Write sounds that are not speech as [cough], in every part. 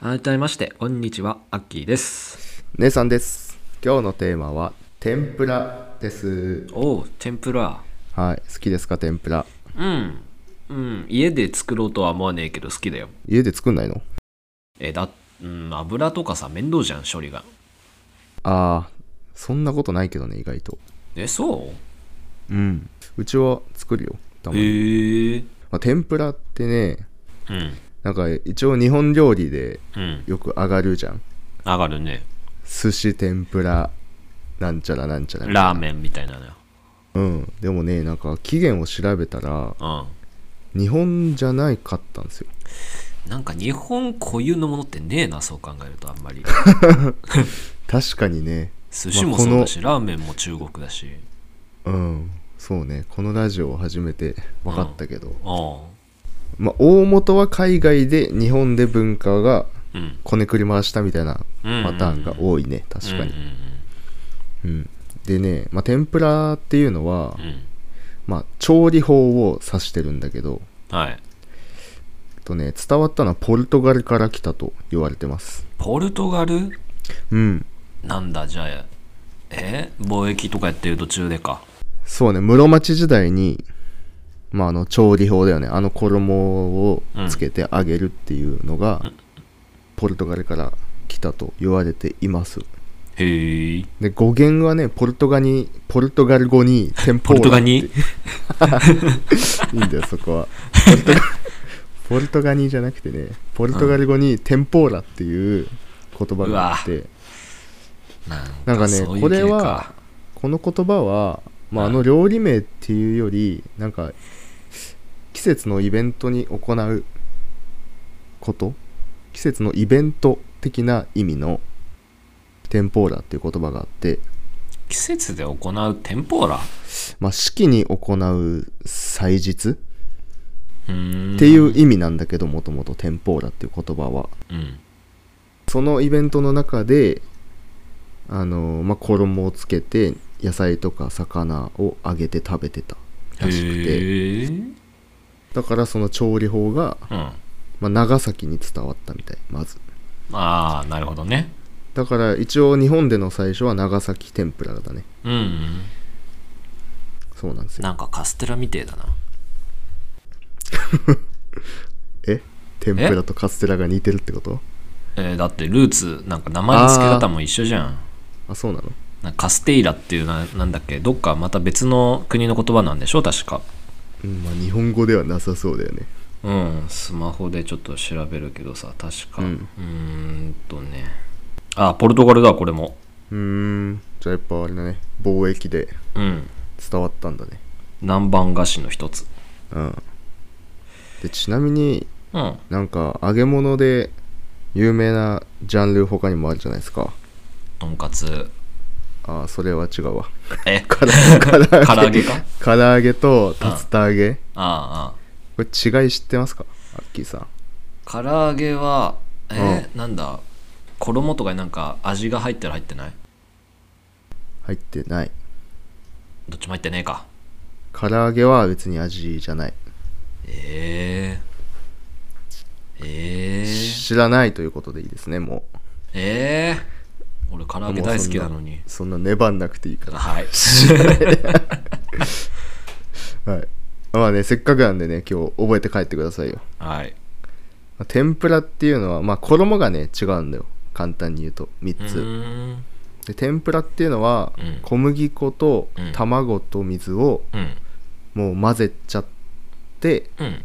改めましてこんにちはアッキーですネイさんです。今日のテーマは天ぷらです。おう天ぷらはい、好きですか天ぷら。うんうん家で作ろうとは思わねえけど好きだよ家で作んないのえだうん油とかさ面倒じゃん処理がああ、そんなことないけどね、意外と。えそうん。うちは作るよ、たうまに。へえまあ、天ぷらってね、うんなんか一応日本料理でうんよく上がるじゃん。上がるね寿司天ぷらなんちゃらなんちゃらラーメンみたいなのようんでもねなんか期限を調べたらう日本じゃないかったんですよんなんか日本固有のものってねえなそう考えるとあん [laughs] まり確かにね寿司もそうだし、ラーメンも中国だしうんそうねこのラジオを始めて分かったけど、あまあ大元は海外で日本で文化があうんこねくり回したみたいなパターンが多いね確かに、うんうんでね、まあ、天ぷらっていうのはうん、うんまあ、調理法を指してるんだけど、うんはいえっとね、伝わったのはポルトガルから来たと言われてますポルトガルうんなんだじゃあえ貿易とかやってる途中でかそうね、室町時代に、まあ、あの調理法だよね、あの衣をつけて揚げるっていうのが、ポルトガルから来たと言われています。へえで語源はね、ポルトガにポルトガル語 [laughs] に天ポルトガいにいんだよ、そこは。ポルトガ [laughs] ポルトガニじゃなくてね、ポルトガル語にテンポーラっていう言葉があって、ななんかねそういうこれ系かはこの言葉は、まあ、うあんの料理名っていうよりなんか季節のイベントに行うこと季節のイベント的な意味のテンポーラっていう言葉があって、季節で行うテンポーラまあ、四季に行う祭日っうーんていう意味なんだけどもともとテンポーラっていう言葉はうんそのイベントの中であの、まあ、衣をつけて野菜とか魚を揚げて食べてたらしくて。へえうんだからその調理法が、あまあ、長崎に伝わったみたいまずあなるほどねだから一応日本での最初は長崎天ぷらだねうんうんそうなんですよなんかカステラみてえだなえ天ぷらとカステラが似てるってことえーだってルーツなんか名前の付け方も一緒じゃんあそうなのなんかカステイラっていうななんだっけどっかまた別の国の言葉なんでしょ確かうんまあ日本語ではなさそうだよねうんスマホでちょっと調べるけどさ確かううんんんとねあポルトガルだこれもうーんじゃあやっぱあれだね貿易でうん伝わったんだね南蛮菓子の一つうんでちなみにうんなんか揚げ物で有名なジャンル他にもあるじゃないですかとんかつああそれは違うわえからから唐揚げか唐揚げと竜田揚げ、ああああこれ違い知ってますかアッキーさん唐揚げはえーなんだ衣とかになんか味が入ってる入ってない入ってないどっちも入ってねえか唐揚げは別に味じゃない、えええー、知らないということでいいですねもえー、俺唐揚げ大好きなのにうそんな粘んなくていいかはいらはいまあねせっかくなんでね今日覚えて帰ってくださいよはいまあ天ぷらっていうのはまあ衣がね違うんだよ簡単に言うとう3つ、ーんで天ぷらっていうのはうん小麦粉とうん卵と水をうんもう混ぜちゃってうん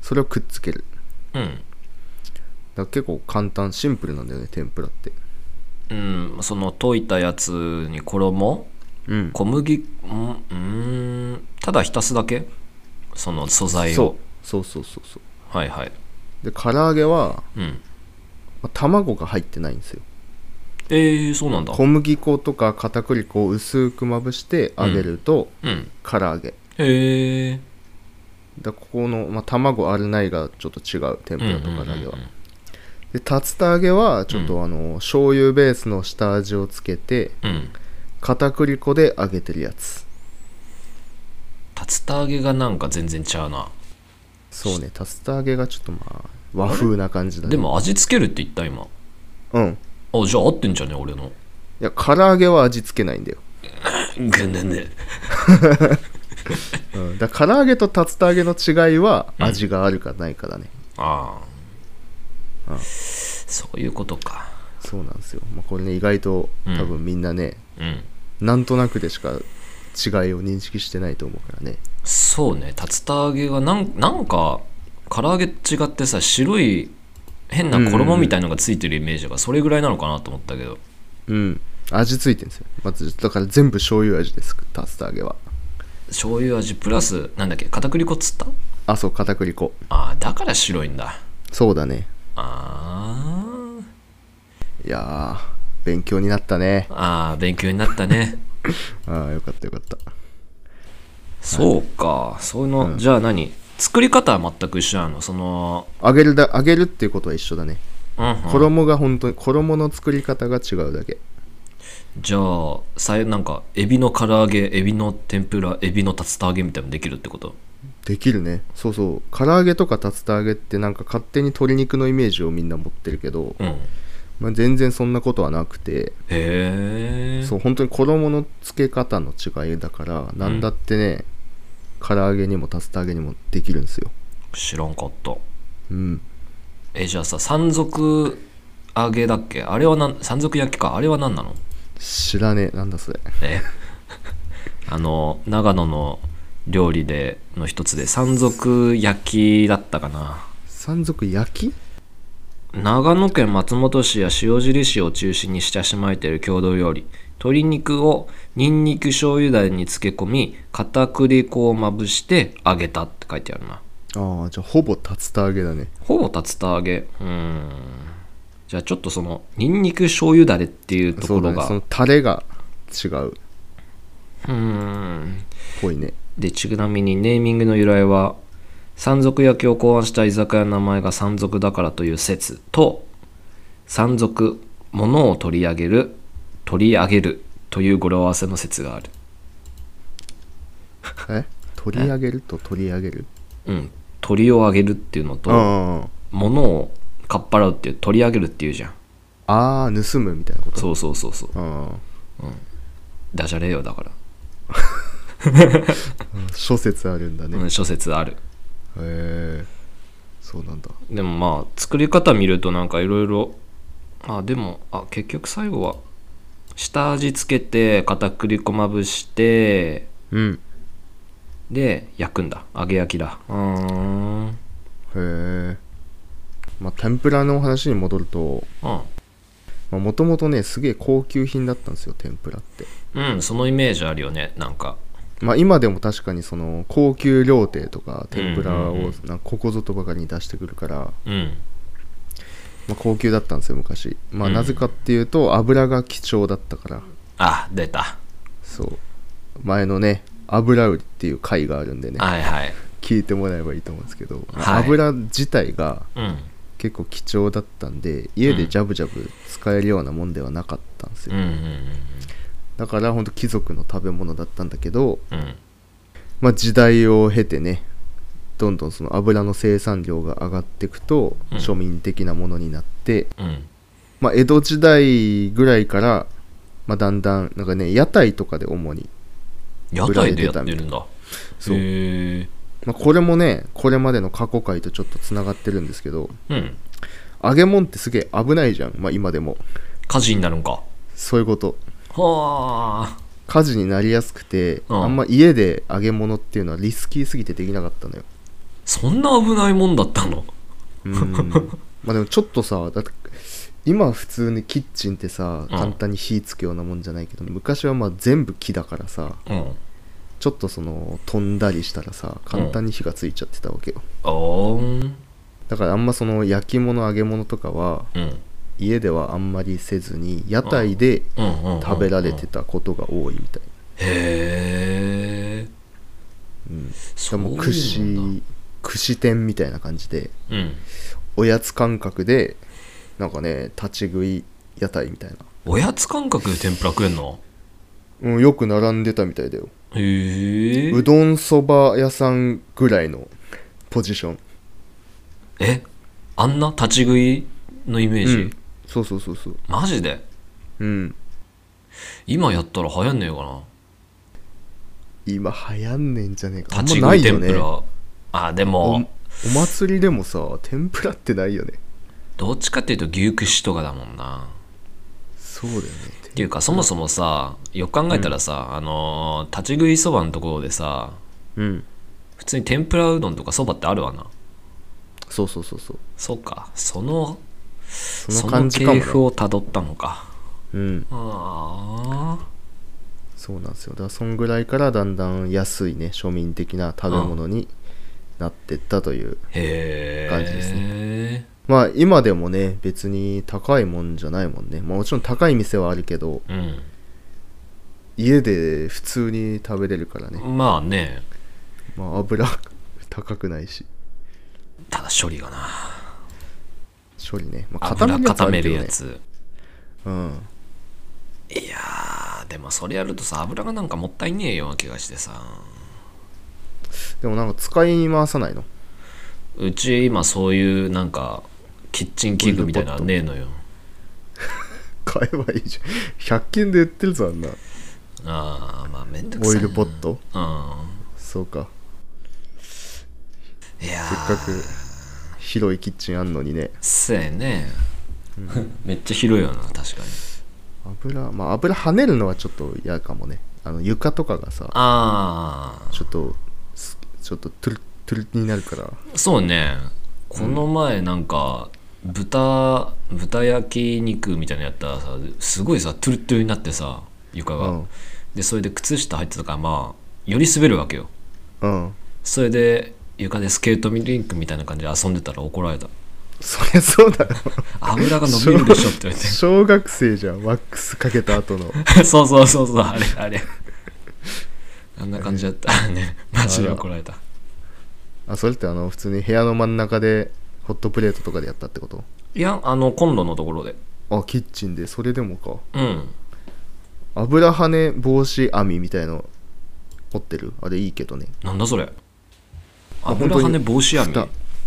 それをくっつけるうんだから結構簡単シンプルなんだよね天ぷらってうん、その溶いたやつに衣うん小麦んうーんただ浸すだけその素材そをうそうそうそうそうはいはいで唐揚げは、うんまあ卵が入ってないんですよえー、そうなんだ小麦粉とか片栗粉を薄くまぶして揚げるとうん唐揚げ、へえだここの、まあ、卵あるないがちょっと違う天ぷらとか揚げは、うんうんうんうんで竜田揚げはちょっうとあの、醤油ベースの下味をつけてうん片栗粉で揚げてるやつ竜田揚げがなんか全然ちゃうなそうね竜田揚げがちょっとまあ和風な感じだねでも味付けるって言った今うんあじゃあ合ってんじゃね俺のいや唐揚げは味付けないんだよ、ぐんねんねうん、だから唐揚げと竜田揚げの違いは味があるかないかだね、あうあんそういうことかそうなんですよ、まあ、これね意外とうん多分みんなね、うんなんとなくでしか違いを認識してないと思うからねそうね竜田揚げはなんなんか唐揚げと違ってさ白い変な衣みたいのがついてるイメージがそれぐらいなのかなと思ったけどうん味付いてるんですよまずだから全部醤油味です竜田揚げは醤油味プラスなんだっけ片栗粉っつったあそう片栗粉ああだから白いんだそうだねあーいやー勉強になったねあー勉強になった [laughs] ねああよかったよかったそうかそういうの、うんじゃあ何作り方は全く一緒なのその揚げるだ揚げるっていうことは一緒だね、うんうん衣が本当に衣の作り方が違うだけじゃあさいなんかエビの唐揚げエビの天ぷらエビの竜田揚げみたいなのできるってことできるねそうそう唐揚げとか竜田揚げってなんか勝手に鶏肉のイメージをみんな持ってるけど、うんへまあ、全然そんなことはなくてえそう本当に衣の付け方の違いだから何だってね、唐揚げにも竜田揚げにもできるんですよ知らんかったうんえじゃあさ山賊揚げだっけあれはなん山賊焼きかあれは何なの知らねえなんだそれえ [laughs] あの長野の料理での一つで山賊焼きだったかな山賊焼き長野県松本市や塩尻市を中心に親しまれている郷土料理鶏肉をニンニク醤油だれに漬け込み片栗粉をまぶして揚げたって書いてあるなああじゃあほぼ竜田揚げだねほぼ竜田揚げうーんじゃあちょっとそのニンニク醤油だれっていうとそこうだろねがそのタレが違うっうーんぽいねでちなみにネーミングの由来は山賊焼きを考案した居酒屋の名前が山賊だからという説と山賊物を取り上げる取り上げるという語呂合わせの説があるえ取り上げると取り上げるうん鳥をあげるっていうのとあ物をかっぱらうっていう取り上げるっていうじゃんあー盗むみたいなことそうそうそうそうあダジャレよだから、ー諸説あるんだね、うへん、諸説あるえそうなんだでもまあ作り方見るとなんかいろいろあでもあ結局最後は下味つけて片栗粉まぶしてうんで焼くんだ揚げ焼きだうーんへえまあ天ぷらのお話に戻るとうんもともとねすげえ高級品だったんですよ天ぷらってうんそのイメージあるよねなんかまあ今でも確かにその高級料亭とか天ぷらうんうんうをんなんかここぞとばかりに出してくるから、うんまあ、高級だったんですよ昔まあうんなぜかっていうと油が貴重だったからあ出たそう前のね油売りっていう回があるんでねはいはい聞いてもらえばいいと思うんですけど、はい油自体がうん結構貴重だったんで家うでんジャブジャブ使えるようなもんではなかったんですうよ、んだからほんと貴族の食べ物だったんだけど、うんうんまあ、時代を経てねどんどんその油の生産量が上がっていくと、うん庶民的なものになって、うんうんまあ、江戸時代ぐらいから、まあ、だんだんなんかね屋台とかで主に、屋台でやってるんだそうへえまあ、これもねこれまでの過去回とちょっとつながってるんですけどうん揚げ物ってすげえ危ないじゃん、まあ、今でも火事になるんかそういうことはあ火事になりやすくて、うんあんま家で揚げ物っていうのはリスキーすぎてできなかったのよそんな危ないもんだったのうん [laughs] まあでもちょっとさだって今普通にキッチンってさうん簡単に火つくようなもんじゃないけど、昔はまあ全部木だからさうんちょっとその飛んだりしたらさ簡単に火がついちゃってたわけよ、おーんだからあんまその焼き物揚げ物とかはうん家ではあんまりせずに屋台でうんうんうん食べられへてたことが多いみたいえな、うん、しそかうなもんだ串串店みたいな感じでうんおやつ感覚でなんかね立ち食い屋台みたいな、おやつ感覚で天ぷら食えんのうん、よく並んでたみたいだよへえうどんそば屋さんぐらいのポジション、えあんな立ち食いのイメーうジ、ん、そうそうそうそうマジでうん今やったら流行んねえかな今流行んねんじゃねえかあん立ちまな食いい天よぷねら、あでおもお祭りでもさ天ぷらってないよねどっちかっていうと牛串とかだもんなそうだよねっていうかそもそもさよく考えたらさ、あのー立ち食いそばのところでさうん普通に天ぷらうどんとかそばってあるわなそうそうそうそうそうかそのそそのの感じかも、系ね、譜をたどったのかうんああそうなんですよだからそんぐらいからだんだん安いね庶民的な食べ物になってったという、へえ感じですまあ今でもね別に高いもんじゃないもんね、まあ、もちろん高い店はあるけど家で普通に食べれるからねう、んまあねまあ、油 [laughs] 高くないしただ処理がな処理ね、まあ、油固めるあやけどねつうんいやーでもそれやるとさ油がなんかもったいねえような気がしてさでもなんか使い回さないの [laughs] うち今そういうなんかキッチン器具みたいなのはねえのよ買えばいいじゃん100均で売ってるぞあんなああまあめんどくオさイいなルポッうトそうかんいやせっかく広いキッチンあんのにねせえね、 [laughs] めっちゃ広いよな確かに油まあ油跳ねるのはちょっと嫌かもねあの床とかがさああちょっとすちょっとトゥルトゥルになるからそうねこの前なんか豚豚焼き肉みたいなのやったらさすごいさトゥルトゥルになってさ床が、うんでそれで靴下入ってたからまあより滑るわけようんそれで床でスケートリンクみたいな感じで遊んでたら怒られ [laughs] たそりゃそうだよ油が伸びるでしょって言われて小 [laughs] 学生じゃんワックスかけた後の [laughs] そうそうそうそうあれあれあんな感じだったねマジで怒られたあそれってあの普通に部屋の真ん中でホットプレートとかでやったってこといやあのコンロのところであキッチンでそれでもかうん油跳ね防止網みたいの持ってるあれいいけどねなんだそれあ本当油に跳ね防止網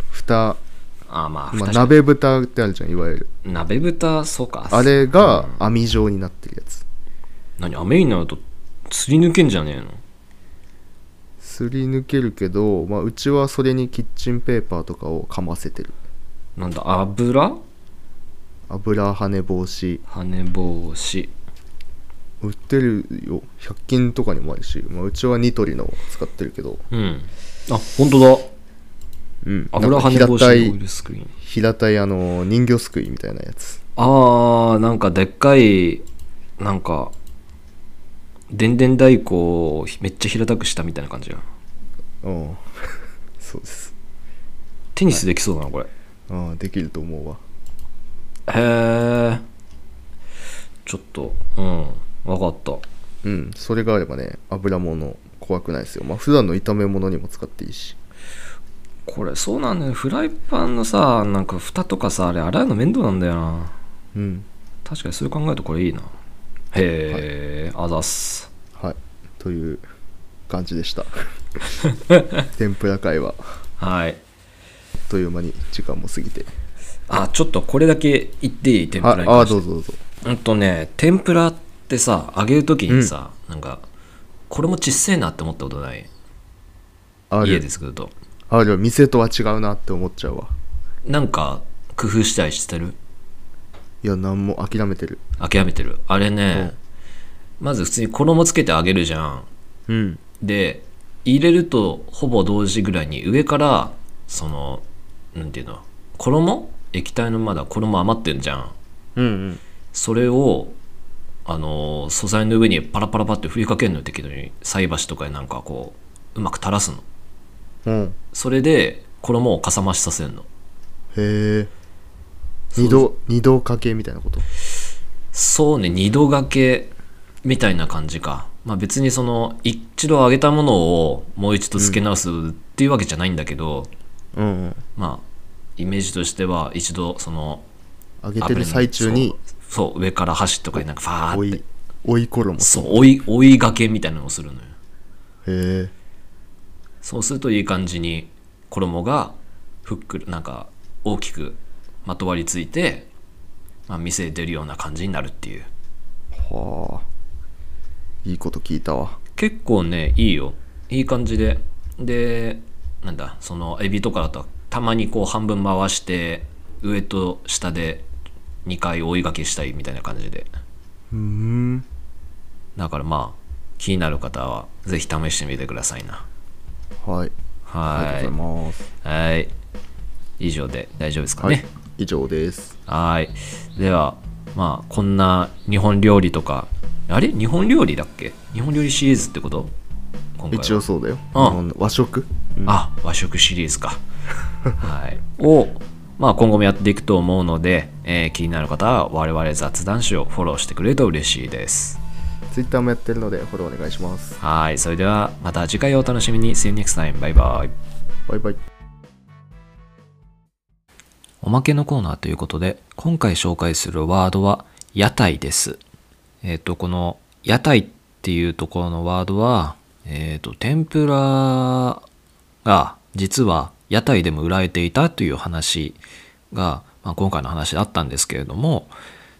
蓋蓋、あまあ、まあ、蓋鍋蓋ってあるじゃんいわゆる鍋蓋そうかあれうがん網状になってるやつ何雨になるとすり抜けんじゃねえのすり抜けるけど、まあ、うちはそれにキッチンペーパーとかをかませてるなんだ油油跳ね防止跳ね防止売ってるよ100均とかにもあるし、まあ、うちはニトリのを使ってるけどうんあ本当だうん油なんか跳ね防平止たのオイいルスクリーン平たいあの人形すくいみたいなやつあーなんかでっかいなんかでんでん太鼓をめっちゃ平たくしたみたいな感じやうん [laughs] そうですテニスできそうだなこれああできると思うわへえちょっとうん分かったうんそれがあればね油物怖くないですよまあ普段の炒め物にも使っていいしこれそうなんだよフライパンのさなんか蓋とかさあれ洗うの面倒なんだよなうん確かにそう考えるとこれいいなへえ、あざっすはいという感じ [laughs] でした天ぷら会ははいあっという間に時間も過ぎてあちょっとこれだけ言っていい天ぷらにああ関してどうぞどうぞうんとね天ぷらってさ揚げる時にさ、なんかこれもちっせえなって思ったことないあ家るで作るとある店とは違うなって思っちゃうわなんか工夫したりしてるいや何も諦めてる諦めてるあれね、まず普通に衣つけて揚げるじゃんうんで入れるとほぼ同時ぐらいに上からそのなんていうの衣液体のまだ衣余ってるじゃんうんうんそれをあのー素材の上にパラパラパって振りかけるのよ適度に菜箸とかになんかこううまく垂らすのうんそれで衣をかさ増しさせるのへえそう二度二度かけみたいなことそうね二度掛けみたいな感じかまあ別にその一度揚げたものをもう一度付け直すっていうわけじゃないんだけど、うんうんまあイメージとしては一度その揚げてる最中にそうそう上から箸とかになんかファ追ーってい追い衣そう追い追いがけみたいなのをするのよへえそうするといい感じに衣がふっくらなんか大きくまとわりついて、まあ、店に出るような感じになるっていうはあいいこと聞いたわ結構ねいいよいい感じででなんだそのエビとかだとたまにこう半分回して上と下で2回追いがけしたいみたいな感じでうーんだからまあ気になる方はぜひ試してみてくださいなはいあはりがとうございますいはい以上で大丈夫ですかはい、ね以上ですはいではまあこんな日本料理とかあれ日本料理だっけ日本料理シリーズってこと今回は一応そうだよ日うん本の和食うんあ和食シリーズかはい [laughs] をまあ今後もやっていくと思うので、えー気になる方は我々雑談誌をフォローしてくれると嬉しいですツイッターもやってるのでフォローお願いしますはいそれではまた次回をお楽しみに See you next time バイバイバイバイおまけのコーナーということで、今回紹介するワードは、屋台です。えっ、と、この、屋台っていうところのワードは、えっ、と、天ぷらが、実は屋台でも売られていたという話が、まあ、今回の話だったんですけれども、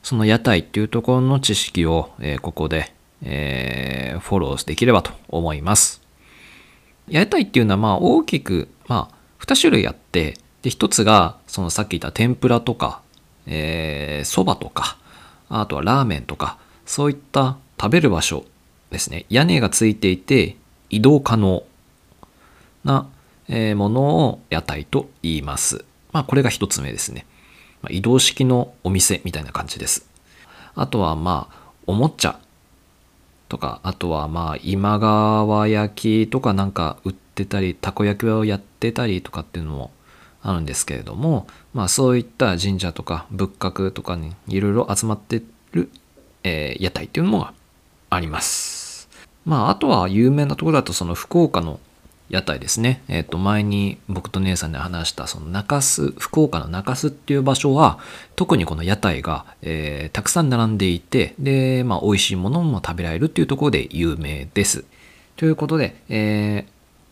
その屋台っていうところの知識を、えーここで、えーフォローできればと思います。屋台っていうのはまあ大きく、まあ、2種類あってで1つがそのさっき言った天ぷらとかえーそば、とかあとはラーメンとかそういった食べる場所ですね屋根がついていて移動可能な、えーものを屋台と言います。まあこれが1つ目ですね。まあ移動式のお店みたいな感じです。あとはまあおもちゃとかあとはまあ今川焼きとかなんか売ってたりたこ焼きをやってたりとかっていうのもあるんですけれどもまあそういった神社とか仏閣とかにいろいろ集まってる、えー屋台っていうのがありますまああとは有名なところだとその福岡の屋台ですねえっ、と前に僕と姉さんで話したその中洲福岡の中洲っていう場所は特にこの屋台が、えーたくさん並んでいてでまあ美味しいものも食べられるっていうところで有名ですということで、えー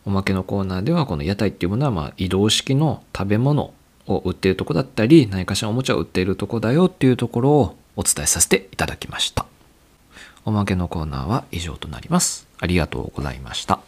おまけのコーナーではこの屋台っていうものはまあ移動式の食べ物を売っているとこだったり何かしらおもちゃを売っているとこだよっていうところをお伝えさせていただきましたおまけのコーナーは以上となりますありがとうございました